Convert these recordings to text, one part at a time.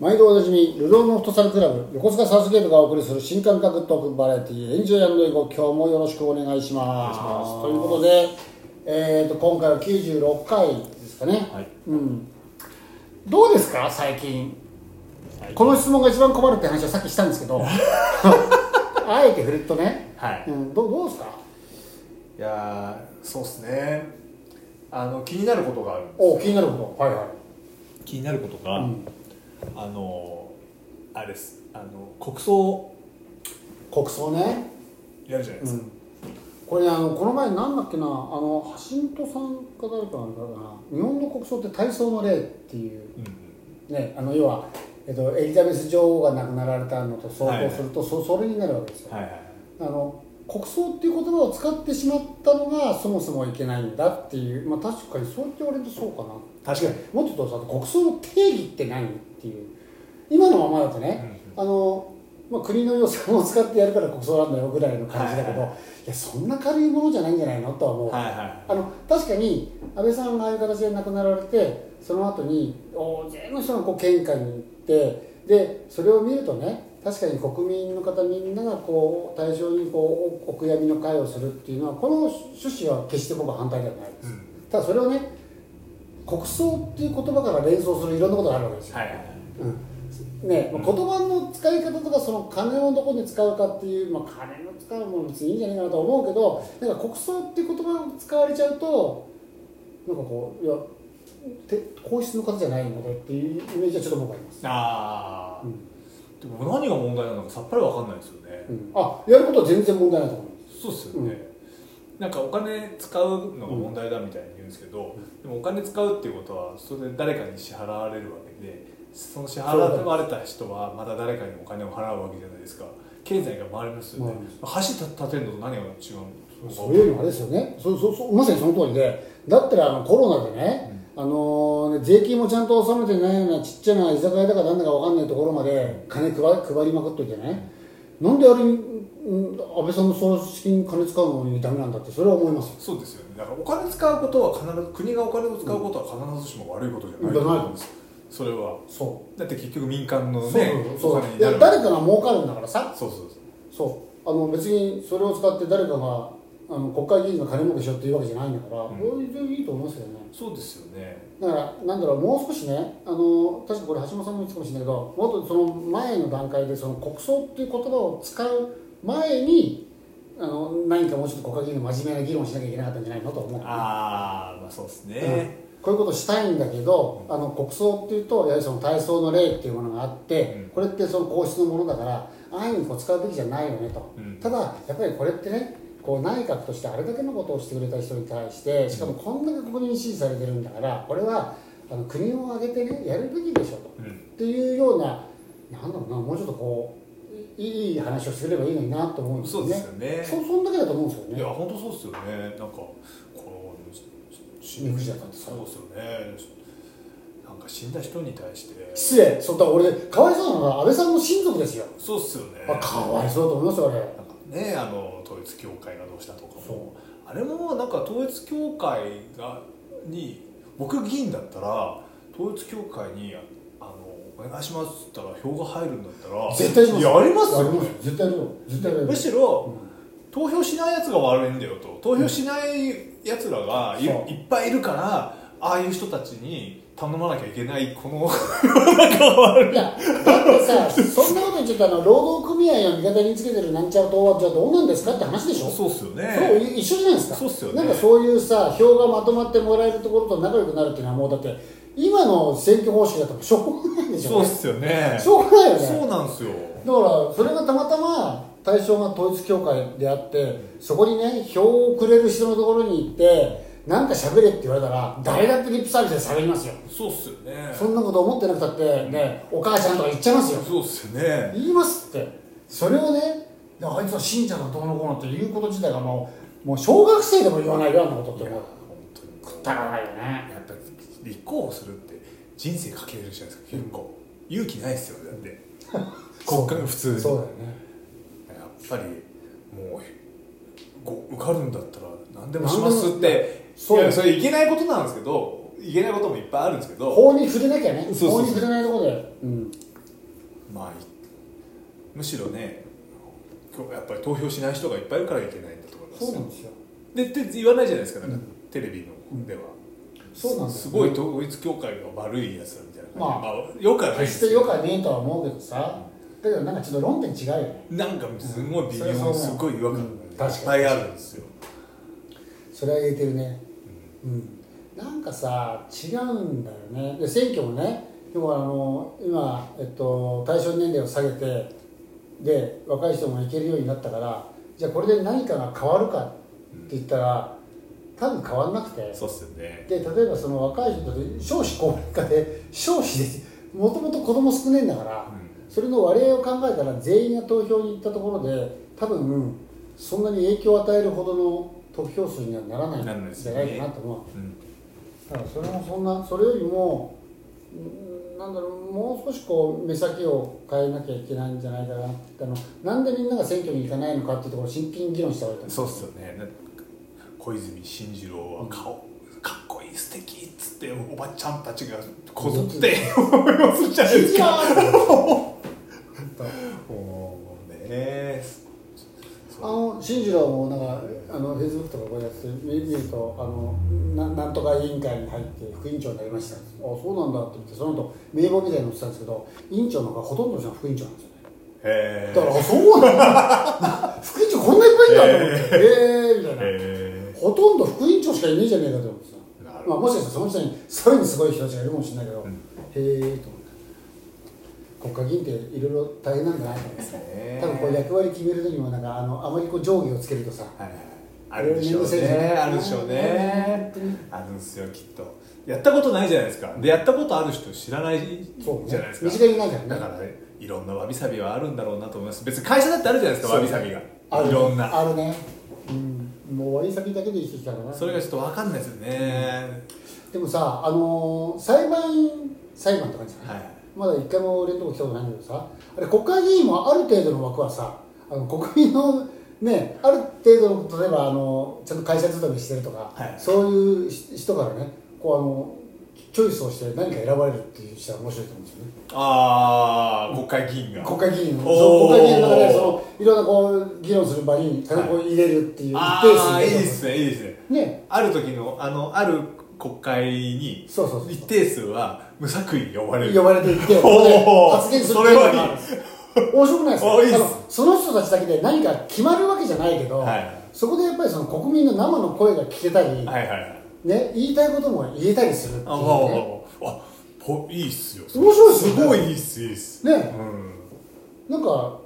毎度おなじみ、流浪のフットサルクラブ、横須賀サウスゲートがお送りする新感覚トークバラエティー、エンジョイエゴ、今日もよろしくお願いします。ということで、えー、と今回は96回ですかね、はいうん、どうですか、最近、最近この質問が一番困るって話はさっきしたんですけ ど、あえて振るとね、はいうん、どうどうですか、いやーそうっすねあの気になることがあるお気になること、はいはい、気になることが、うんあのーあれですあの国葬国葬ね。やるじゃないですか、これねあのこの前なんだっけなあの橋本さんか誰かなんだろうな日本の国葬って大喪の礼っていううんねあの要は、えっと、エリザベス女王が亡くなられたのと相当すると、そそれになるわけですよ、はいはいあの国葬っていう言葉を使ってしまったのがそもそもいけないんだっていうまあ確かにそう言ってれるとそうかな確かにもっとどうさ国葬の定義って何っていう今のままだとね、あのまあ、国の予算を使ってやるから国葬なんだよぐらいの感じだけど、はいいやそんな軽いものじゃないんじゃないのとは思う、はいはあの確かに安倍さんがああいう形で亡くなられてその後に大勢の人がこう献花に行ってでそれを見るとね確かに国民の方みんながこう対象にこうおお悔やみの会をするっていうのはこの趣旨は決して僕は反対ではないです、うんただそれをね国葬っていう言葉から連想するいろんなことがあるわけですいよ、はいはいうんねまあ言葉の使い方とかその金をどこに使うかっていう、まあ、金の使うもの別にいいんじゃないかなと思うけどなんか国葬っていう言葉を使われちゃうとなんかこういやて皇室の方じゃないのでっていうイメージはちょっと僕あります、ああ、うんでも何が問題なのかさっぱりわかんないですよね、うんあやることは全然問題ないと思いますそうっすよね、なんかお金使うのが問題だみたいに言うんですけど、でもお金使うっていうことはそれで誰かに支払われるわけでその支払われた人はまた誰かにお金を払うわけじゃないですか経済が回りますよね回り橋た建てるのと何が違うのそういうのはあれですよねそうそうそうまさにその通りでだったらあのコロナでね,、あのーね税金もちゃんと納めてないようなちっちゃな居酒屋だかなんだかわかんないところまで金配配りまくっといてね、なんであれにうん安倍さんの葬式に金使うのにダメなんだってそれは思いますよそうですよねだからお金使うことは必ず国がお金を使うことは必ずしも悪いことじゃないと思うんですそれはそだって結局民間のうそうねそうそおう金いになやる誰かが儲かるんだからさそうそうそうそうあの別にそれを使って誰かがあの国会議員が金儲けしようっていうわけじゃないんだから、んこれでいいと思いますよねそうですよねだから、なんだろう、もう少しね、あの確かこれ、橋本さんも言ってたかもしれないけど、もっとその前の段階で、その国葬っていう言葉を使う前に、あの何かもうちょっと国会議員の真面目な議論をしなきゃいけなかったんじゃないのと思う、ああまあそうですね、こういうことしたいんだけど、あの国葬っていうと、やはりその体操の例っていうものがあって、うんこれってその皇室のものだから、安易にこう使うべきじゃないよねと、うんただ、やっぱりこれってね、こう内閣としてあれだけのことをしてくれた人に対して、しかもこんだけ国民に支持されてるんだから、これはあの国を挙げてね、やるべきでしょと。うんっていうような、なんだろうな、もうちょっとこう、いいいい話をしてくればいいのになと思うんですそようね。ですよね。そそんだけだと思うんですよね。いや本当そうですよね。なんかこの死理不尽だったんですかそうですよね。なんか死んだ人に対して、失礼、そんな俺、かわいそうなのは安倍さんの親族ですよ。そうですよね。あかわいそうだと思いますよ、あれ。なんかねあの統一教会がどうしたとかそうも、あれもなんか統一教会がに僕議員だったら統一教会にあのお願いしますっつったら票が入るんだったら絶対しますやりますよやりね。絶対やるよ絶対やるむしろ、投票しないやつが悪いんだよと投票しないやつらがい,、そういっぱいいるからああいう人たちに頼まなきゃいけないこの世の中は悪いいやだってさそんなこと言っちゃったら労働組合を味方につけてるなんちゃら党はじゃあどうなんですかって話でしょそうっすそようねい一緒じゃないですかそうっすよねなんかそういうさ票がまとまってもらえるところと仲良くなるっていうのはもうだって今の選挙方式だとしょうがないでしそょうっすよねしょうがないよねそうなんすよだからそれがたまたま対象が統一教会であってそこにね票をくれる人のところに行ってなんか喋れって言われたら誰だってリップサービスで喋りますよそうっすよねそんなこと思ってなくたってねお母ちゃんとか言っちゃいますよそうっすよね言いますってそれをねであいつは信者だどうのこうのって言うこと自体がもうもう小学生でも言わないよあんなことってもう本当にくだらないよねやっぱり立候補するって人生かけれるじゃないですか結構、勇気ないっすよねだって 国会普通にそうだよねやっぱりもうご受かるんだったら何でもしますってそういやそれいけないことなんですけどいけないこともいっぱいあるんですけど法に触れなきゃねそうそうそう法に触れないところで、うん、まあいむしろね今日やっぱり投票しない人がいっぱいいるからいけないんだと思いますそうなんですよでって言わないじゃないですかなんか、うんテレビのでは、そうなんですすよごい統一教会が悪いやつだみたいな感じで、まあまあ、よくはないで決しすてけどよくはねえとは思うけどさだけどなんかちょっと論点違うよねなんかすごいう微んそれはそ妙うにすごい違和感うんがい確っかぱにいあるんですよ、それは言えてるねううんなんかさ違うんだよねで選挙もね要はあの今、えっと、対象年齢を下げてで若い人も行けるようになったからじゃあこれで何かが変わるかって言ったら多分変わんなくてんそうっすよねで例えばその若い人で少子高齢化で少子でもともと子供少ねえんだから、うそれの割合を考えたら全員が投票に行ったところで多分そんなに影響を与えるほどの得票数にはならないんじなゃらないないですよねかなと思ううんだからそれもそんなそれよりもうんなんだろうもう少しこう目先を変えなきゃいけないんじゃないかなってあのなんでみんなが選挙に行かないのかっていうところを真剣に議論した方がいいとそうっ思すよねなんか小泉進次郎は顔、かっこいい素敵っつっておばちゃんたちがこぞって思いまするじゃないですいかやーほんともうねあの進次郎もなんかあのフェイスブックとかこうやって見見るとあのななんとか委員会に入って副委員長になりましたあそうなんだって言ってその後名簿みたいなのをしたんですけど委員長の方がほとんどの人が副委員長なんですよねへだからあそうなんだ副委員長こんないっぱいいるんだと思ってええみたいな、えほとんど副委員長しかいねえじゃねえかと思ってさなる、ほどまあ、もしかしたらその人にさらにすごい人たちがいるかもしれないけど、うんへえと思って国会議員っていろいろ大変なんだなと思ってさね多分こう役割決める時もなんかあのあまりこう上下をつけるとさはいはいあるでしょういろいろ面倒くさいじねゃんあるでしょう本ね当にあるんですよきっとやったことないじゃないですかでやったことある人知らないそうねじゃないですか身近にいないからねだからねいろんなわびさびはあるんだろうなと思います別に会社だってあるじゃないですかわびさびがあるいろんなあるねうんもうわびさびだけで生きてきたからなそれがちょっと分かんないですよねでもさあのー裁判員裁判とかじゃない、はいまだ一回も俺のとこ来たことないんだけどさあれ国会議員もある程度の枠はさあの国民のねある程度の例えばあのちゃんと会社勤めしてるとか、はいそういうし人からねこうあのチョイスをして何か選ばれるっていう人は面白いと思うんですよねああ国会議員が国会議員のおー国会議員の中でそのいろんなこう議論する場に金子を入れるっていう一あ定数あのいいですねいいですねねある時のあのある国会にそうそうそう一定数は無作為に呼ばれる呼ばれていって、おーここで発言するっていうのがあるんですそ面白くないですかあいいっすあのその人たちだけで何か決まるわけじゃないけど、はいそこでやっぱりその国民の生の声が聞けたり、はいはいはいね、言いたいことも言えたりするっていうあ、ねあ、あ、ぽいいっすよ。面白いっすよねごいいいっす、いいっす。ねうなん。んか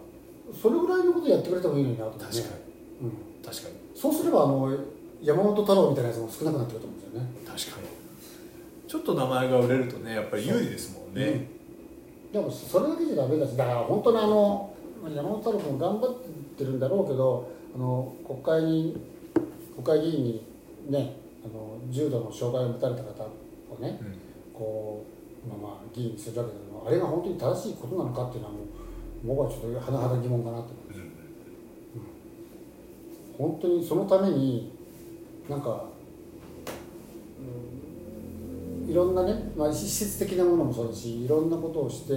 それぐらいのことやってくれてもいいのになと思って、ね、確かに。うん確かそうすればあの山本太郎みたいなやつも少なくなってくると思うんですよねに。確かに。ちょっと名前が売れるとね、やっぱり有利ですもんね。でもそれだけじゃダメだしだから本当にあの山本太郎君頑張ってるんだろうけどあの国会に国会議員にねあの重度の障害を持たれた方をねうんこうまあまあ議員にするわけだけどあれが本当に正しいことなのかっていうのはもう僕はちょっと甚だ疑問かなと思ううん本当にそのためになんか、うん、いろんなね、まあ、施設的なものもそうだしいろんなことをして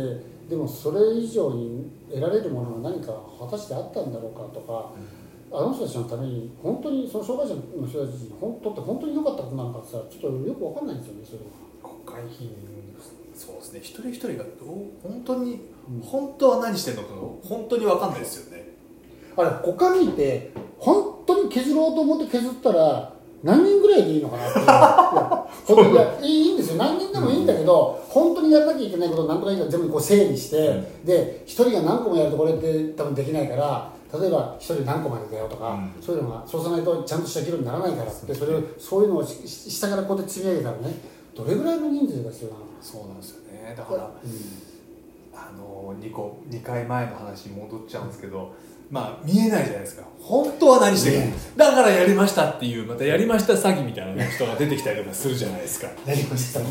でもそれ以上に得られるものが何か果たしてあったんだろうかとか、あの人たちのために本当にその障害者の人たちに本当って本当に良かったことなのかってさちょっとよくわかんないんですよねそれは。国会議員。そうですね。一人一人が、どう、本当にうん。本当は何してんのかが、本当にわかんないですよね。あれ他見て本当に削ろうと思って削ったら何人ぐらいでいいのかなっていういや 本当にいやいいいいんですよ何人でもいいんだけど、本当にやらなきゃいけないことを何とかいいから全部こう整理して、うで一人が何個もやるとこれって多分できないから例えば一人何個までだよとか、うんそういうのがそうさないとちゃんとした議論にならないからってそれをそういうのをしし下からこうやって積み上げたらねどれぐらいの人数が必要なのかそうなんですよね。だから。うん あの2個2回前の話に戻っちゃうんですけどまあ見えないじゃないですか本当は何してる見えなかだからやりましたっていうまたやりました詐欺みたいな人が出てきたりとかするじゃないですかやりましたそ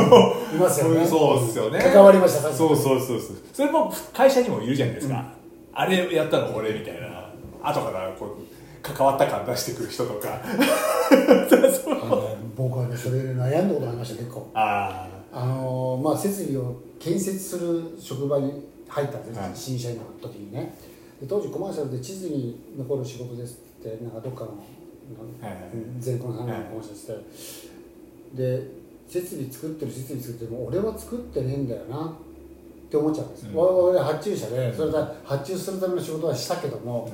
ういますよねそうですよね関わりましたそうそうそうそうそれも会社にもいるじゃないですか、あれやったの俺みたいな後からこう関わった感出してくる人とかそうあの僕はねそれで悩んだことがありました結構あああのまあ設備を建設する職場に入ったんですね、はい新社員の時にねで当時コマーシャルで地図に残る仕事ですってなんかどっかのはいはい全国の花のコマーシャルして、で設備作ってる設備作ってるもう俺は作ってねえんだよなって思っちゃうんです、うん我々は発注者でそれだ発注するための仕事はしたけども、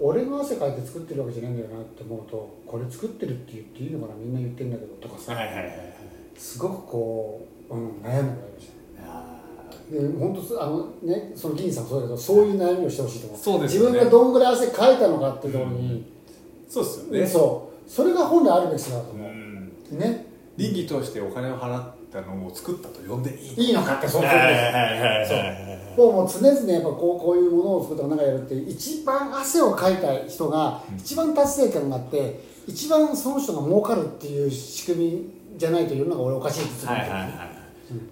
俺が汗かいて作ってるわけじゃないんだよなって思うとこれ作ってるって言っていいのかなみんな言ってんだけどとかさ、はいはいはいはいすごくこう、うん、悩むようになりましたあで本当すあのねその議員さんもそうだけどそういう悩みをしてほしいと思う,、そうです自よね分がどんぐらい汗かいたのかっていうところに、ーそうですよねねそうそれが本来あるべき姿だとう思う、んね倫理としてお金を払ったのを作ったと呼んでいいいいのかってそうはそいうはいですはいはいそうはいもうもう常々やっぱこうこういうものを作ってもなんかやるって一番汗をかいた人が一番達成感があって一番その人が儲かるっていう仕組みじゃないと世の中俺おかしいってはいはいははいだか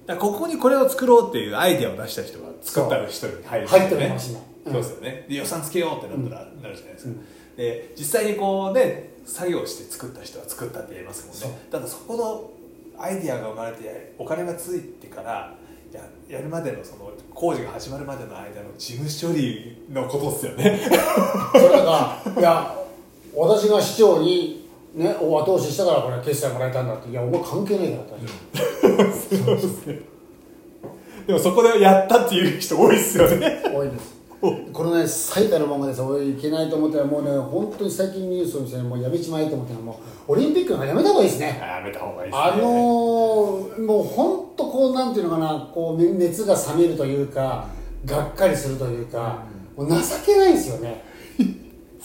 らここにこれを作ろうっていうアイデアを出した人が作った人に入るんですよね入ってるかもしれないうんそうですよねで予算つけようってなったらなるじゃないですか、で実際にこうね作業して作った人は作ったって言えますもんねただそこのアイデアが生まれてお金がついてからややるまでのその工事が始まるまでの間の事務処理のことですよね それだからいや私が市長にねお後押ししたからこれ決済もらえたんだっていやお前関係ないからでもそこでやったっていう人多いですよね多いですこれね最たのままです俺いけないと思ったらもうね本当に最近ニュースを見てねもうやめちまえと思ったらもうオリンピックなんかやめた方がいいですね やめた方がいいですねあのー、もう本当こうなんていうのかなこうね熱が冷めるというかがっかりするというか、もう情けないですよ ね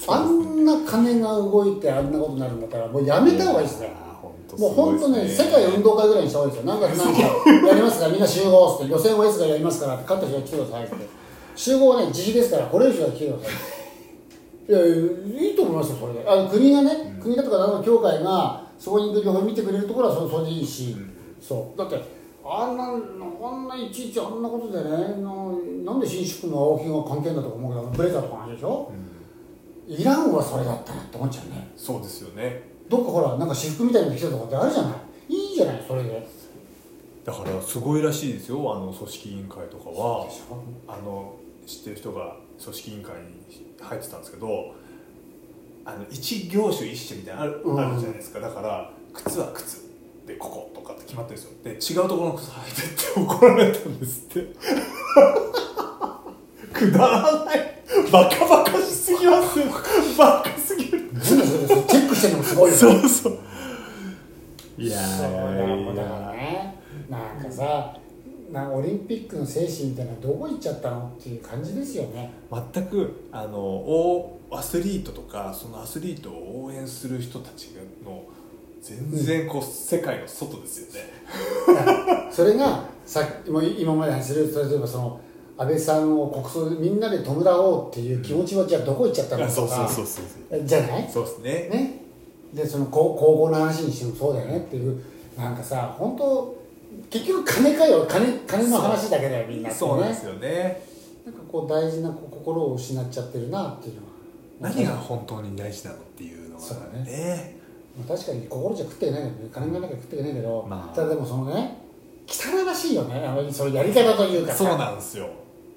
あんな金が動いてあんなことになるんだったらもうやめた方がいいですねやーほんとすもうご本いで当すねね世界運動会ぐらいにした方がいいですよ、なんかなんかやりますから、みんな集合っつって、予選はいつからやりますからって、勝った人が来てくださいって、集合はね、自費ですから、これ以上は来てくださいって、いやいや、いいと思いますよ、それで、あの国がね、国だとか、あの協会が、そこに行くを見てくれるところはそ、それでいいし、そう、だって、あんな、あんないちいちあんなことでね、ななんで新宿の青木が関係んだとか思うけど、ブレたとか話でしょ、いらんわ、それだったらって思っちゃうね。そうですよねどっかほらなんか私服みたいなの着てたとかってあるじゃないいいじゃないそれでだからすごいらしいですよあの組織委員会とかはでしょあの知ってる人が組織委員会に入ってたんですけどあの一業種一種みたいなのある,、うんあるじゃないですかだから靴は靴でこことかって決まってるんですよで違うところの靴履いてって怒られたんですって くだらないバカバカしすぎますよ バカすぎる全部それでそれチェックしてるのもすごいよねそうそういやそうなんだーだからねなんかさなんかオリンピックの精神みたいなのどこ行っちゃったのっていう感じですよね全くあのおアスリートとかそのアスリートを応援する人たちの全然こう、世界の外ですよねそれがさっきも今まで話してる例えばその安倍さんを国葬でみんなで弔おうっていう気持ちはじゃあどこ行っちゃったのあ そとうそうかそうそうじゃないそうですねね、でその高校の話にしてもそうだよねっていうなんかさ本当結局金かよ金金の話だけだよみんなってねそうなんですよねなんかこう大事なこう心を失っちゃってるなっていうのは何が本当に大事なのっていうのがそうだねまあ確かに心じゃ食っていけないけどね金がなきゃ食っていけないけど、まあただでもそのね汚らしいよねあのそのやり方というかさそうなんですよ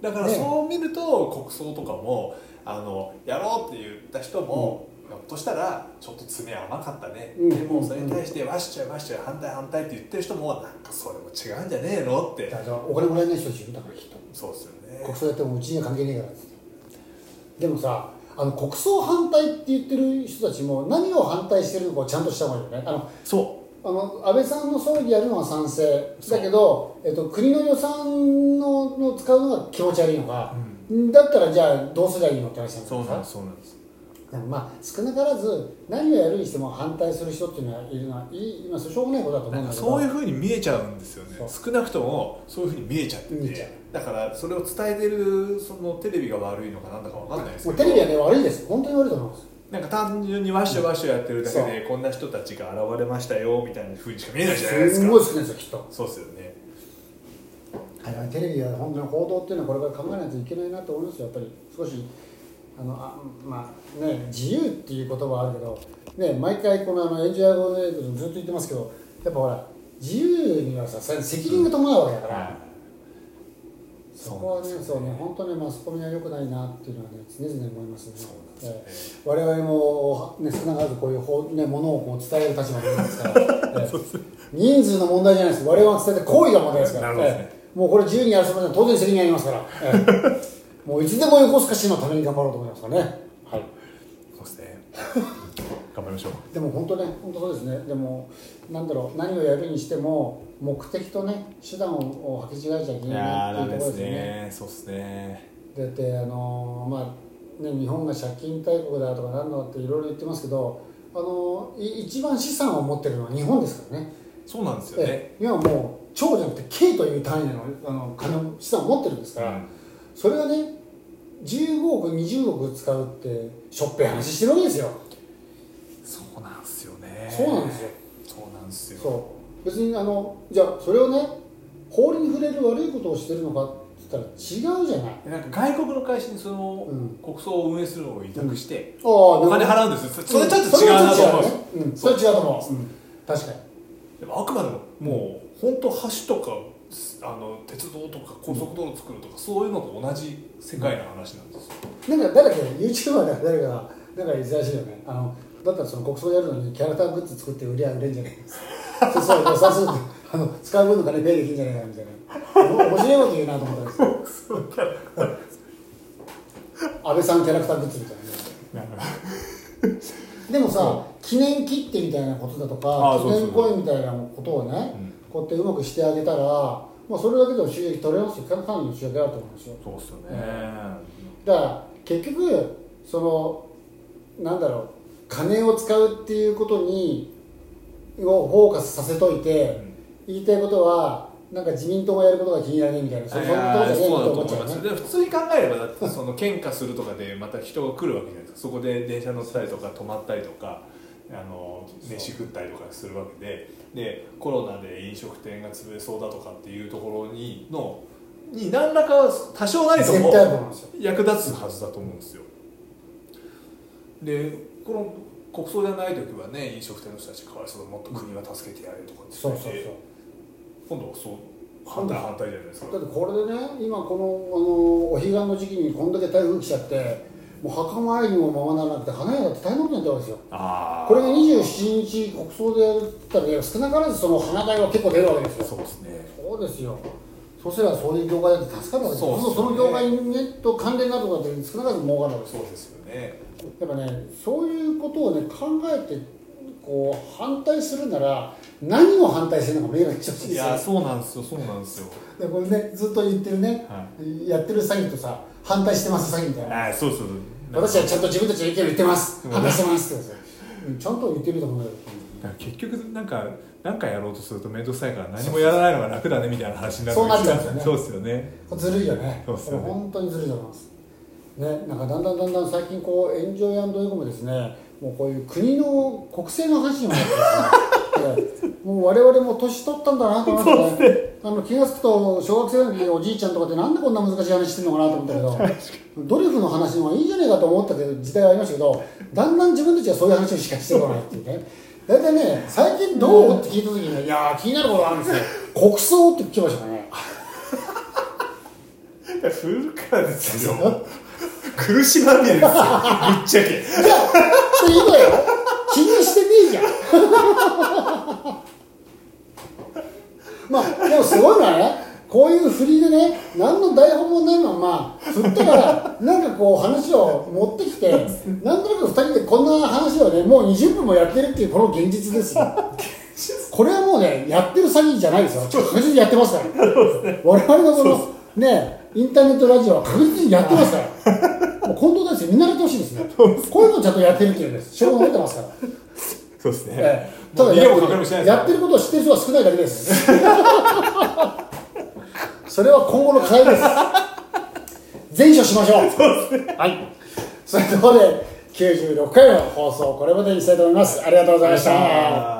だからねそう見ると国葬とかもあのやろうって言った人も、ひょっとしたらちょっと爪甘かったね、うんでもそれに対してわっしょいわっしょい反対反対って言ってる人もなんかそれも違うんじゃねえのってだからお金もらえない人自分だからきっとそうですよね国葬やってもうちには関係ねえからっつってでもさあの国葬反対って言ってる人たちも何を反対してるのかをちゃんとした方がいいよねあのそあの安倍さんの葬儀やるのは賛成だけど、えっと、国の予算のの使うのが気持ち悪いのか、だったらじゃあどうすりゃいいのって話なんうだそうけどなさんですそうなんですでもまあ少なからず何をやるにしても反対する人っていうのはいるのはいい、まあ、それしょうがないことだと思なうんんだかけどそういうふうに見えちゃうんですよねそ少なくともそういうふうに見えちゃって見えちゃてだからそれを伝えてるそのテレビが悪いのかなんだかわかんないですもけうどテレビはね悪いです本当に悪いと思いますなんか単純にワッショイワッショイやってるだけでこんな人たちが現れましたよみたいなふうにしか見えないじゃないですすかんごい少ないですよきっとそうですよねはいはい、テレビは本当に報道っていうのはこれから考えないといけないなと思いますよやっぱり少しあのあまあね自由っていう言葉はあるけど、ね、毎回このあのエンジニア語でずっと言ってますけどやっぱほら自由にはさ責任が伴うわけだから、はそこはね、そうね、本当ね、マスコミは良くないなっていうのはね、常々思いますね。そうなんですよねええ我々も、ね、少なからずこういう法、ね、ものをこう伝える立場なんですから、ええ人数の問題じゃないです。我々は伝えて行為が問題ですから、なるほどですねええもうこれ自由にやらせてもらうのは当然責任ありますから、ええもういつでも横須賀市のために頑張ろうと思いますからね。はい。そうですね 頑張りましょうでも本当ね、本当そうですね。でも、なんだろう、何をやるにしても、目的とね、手段をを履き違えちゃいけいないやなーなっんていうとでころすですよね。ねそうですねだってあのーまあね日本が借金大国だとかなんだっていろいろ言ってますけどあのーい一番資産を持ってるのは日本ですからねそうなんですよねええ今もう超じゃなくて K という単位のあの金を資産を持ってるんですから、うんそれがね15億20億使うってしょっぺい話してるわけですよ、そうなんですよねそうなんですよそうなんですよそう別にあのじゃあそれをね法律に触れる悪いことをしてるのかって言ったら違うじゃないなんか外国の会社にそのうん国葬を運営するのを委託して、ああお金払うんですよそれちょっと違うなと思うんですよう、ん、それは違うと思う、うん、確かにでもあくまでももう本当橋とかあの鉄道とか高速道路作るとか、そういうのと同じ世界の話なんですよ、なんか誰か YouTuber だか誰かがなんか言ってたらしいよねあのだったらその国葬やるのにキャラクターグッズ作って売りゃ売れんじゃないですかそうそうそうするとあの使う分の金ペイできるんじゃないかみたいな面白いこと言うなと思ったんですよ安倍さんキャラクターグッズみたいなねでもさ、記念切手みたいなことだとあかあ記そうそう念コインみたいなことをね、うんこうやってうまくしてあげたら、まあ、それだけでも収益取れますよかなりの収益あると思うんですよそうっすよね、だから結局そのなんだろう金を使うっていうことにをフォーカスさせといて、言いたいことはなんか自民党がやることが気にならねえみたいなそいそんなやことじゃーねえそうだとと思っ思ちいゃうますねで普通に考えればだってその喧嘩するとかでまた人が来るわけじゃないですかそこで電車乗ったりとか止まったりとかあの飯食ったりとかするわけででコロナで飲食店が潰れそうだとかっていうところにのに何らか多少ないと絶対あると思うんもですよ役立つはずだと思うんですよでこの国葬じゃない時はね飲食店の人たちかわいそうだもっと国は助けてやれとかってそ言うっそうてそ今度はそう反対反対じゃないですかうだってこれでね今このあのお彼岸の時期にこんだけ台風来ちゃってもう墓参りにもままならなくて花屋だって大変なことになったわけですよあーこれが27日国葬でやったら少なからずその花会は結構出るわけですよそうですねそうですよ。そうすればそういう業界だって助かるわけですよ。そうですねその業界にねと関連なとこだって少なからず儲かるわけですそうですよねよ。やっぱね、そういうことをね考えてこう反対するなら何を反対するのか明確にしてほしいいですやよ。そうなんですよそうなんですよでこれねずっと言ってるね、はやってる詐欺とさ反対してます詐欺みたいな。あそうそう私はちゃんと自分たちの意見を言ってます。うん反対してますってやつうんちゃんと言ってると思うよ。結局なんか何かやろうとすると面倒くさいから何もやらないのが楽だねみたいな話になってそうなっちゃうんですよねそうですよねずるいよね。そうっすよねこれ本当にずるいと思います。ね、なんかだんだんだんだん最近こうエンジョイアンドエゴもですね、もうこういう国の国政の話にもなってです ね。でもう我々も年取ったんだなと思って、ね、あの気が付くと小学生の時のおじいちゃんとかってなんでこんな難しい話してるのかなと思ったけど、ドリフの話の方がいいじゃねえかと思ったけど時代はありましたけど、だんだん自分たちはそういう話をしかしてこないっていうね。大体ね、最近どうって聞いた時に、いやー気になることがあるんですよ。国葬って聞きましたね。古からですよ苦しまみれですよぶっちゃけじゃあ、って言うのよ。気にしてねえじゃん。 まあ、でもすごいのはね、こういう振りでね、何の台本もないまま、振ったから、なんかこう話を持ってきて、なんとなく二人でこんな話をね、もう20分もやってるっていうこの現実ですよ。これはもうね、やってる詐欺じゃないですよ。確実にやってますから。我々のこの、ね、インターネットラジオは確実にやってます から。もう本当ですよ。みんなやってほしいですね。こういうのをちゃんとやってるっていうんです。証拠持って ますから。そうですねええたもうだ逃げやっもてかかりもしないるですやってることを知ってる人は少ないだけです それは今後の課題です全処しましょうはいそれではここで96回目の放送これまでにしたいと思いますありがとうございましたあー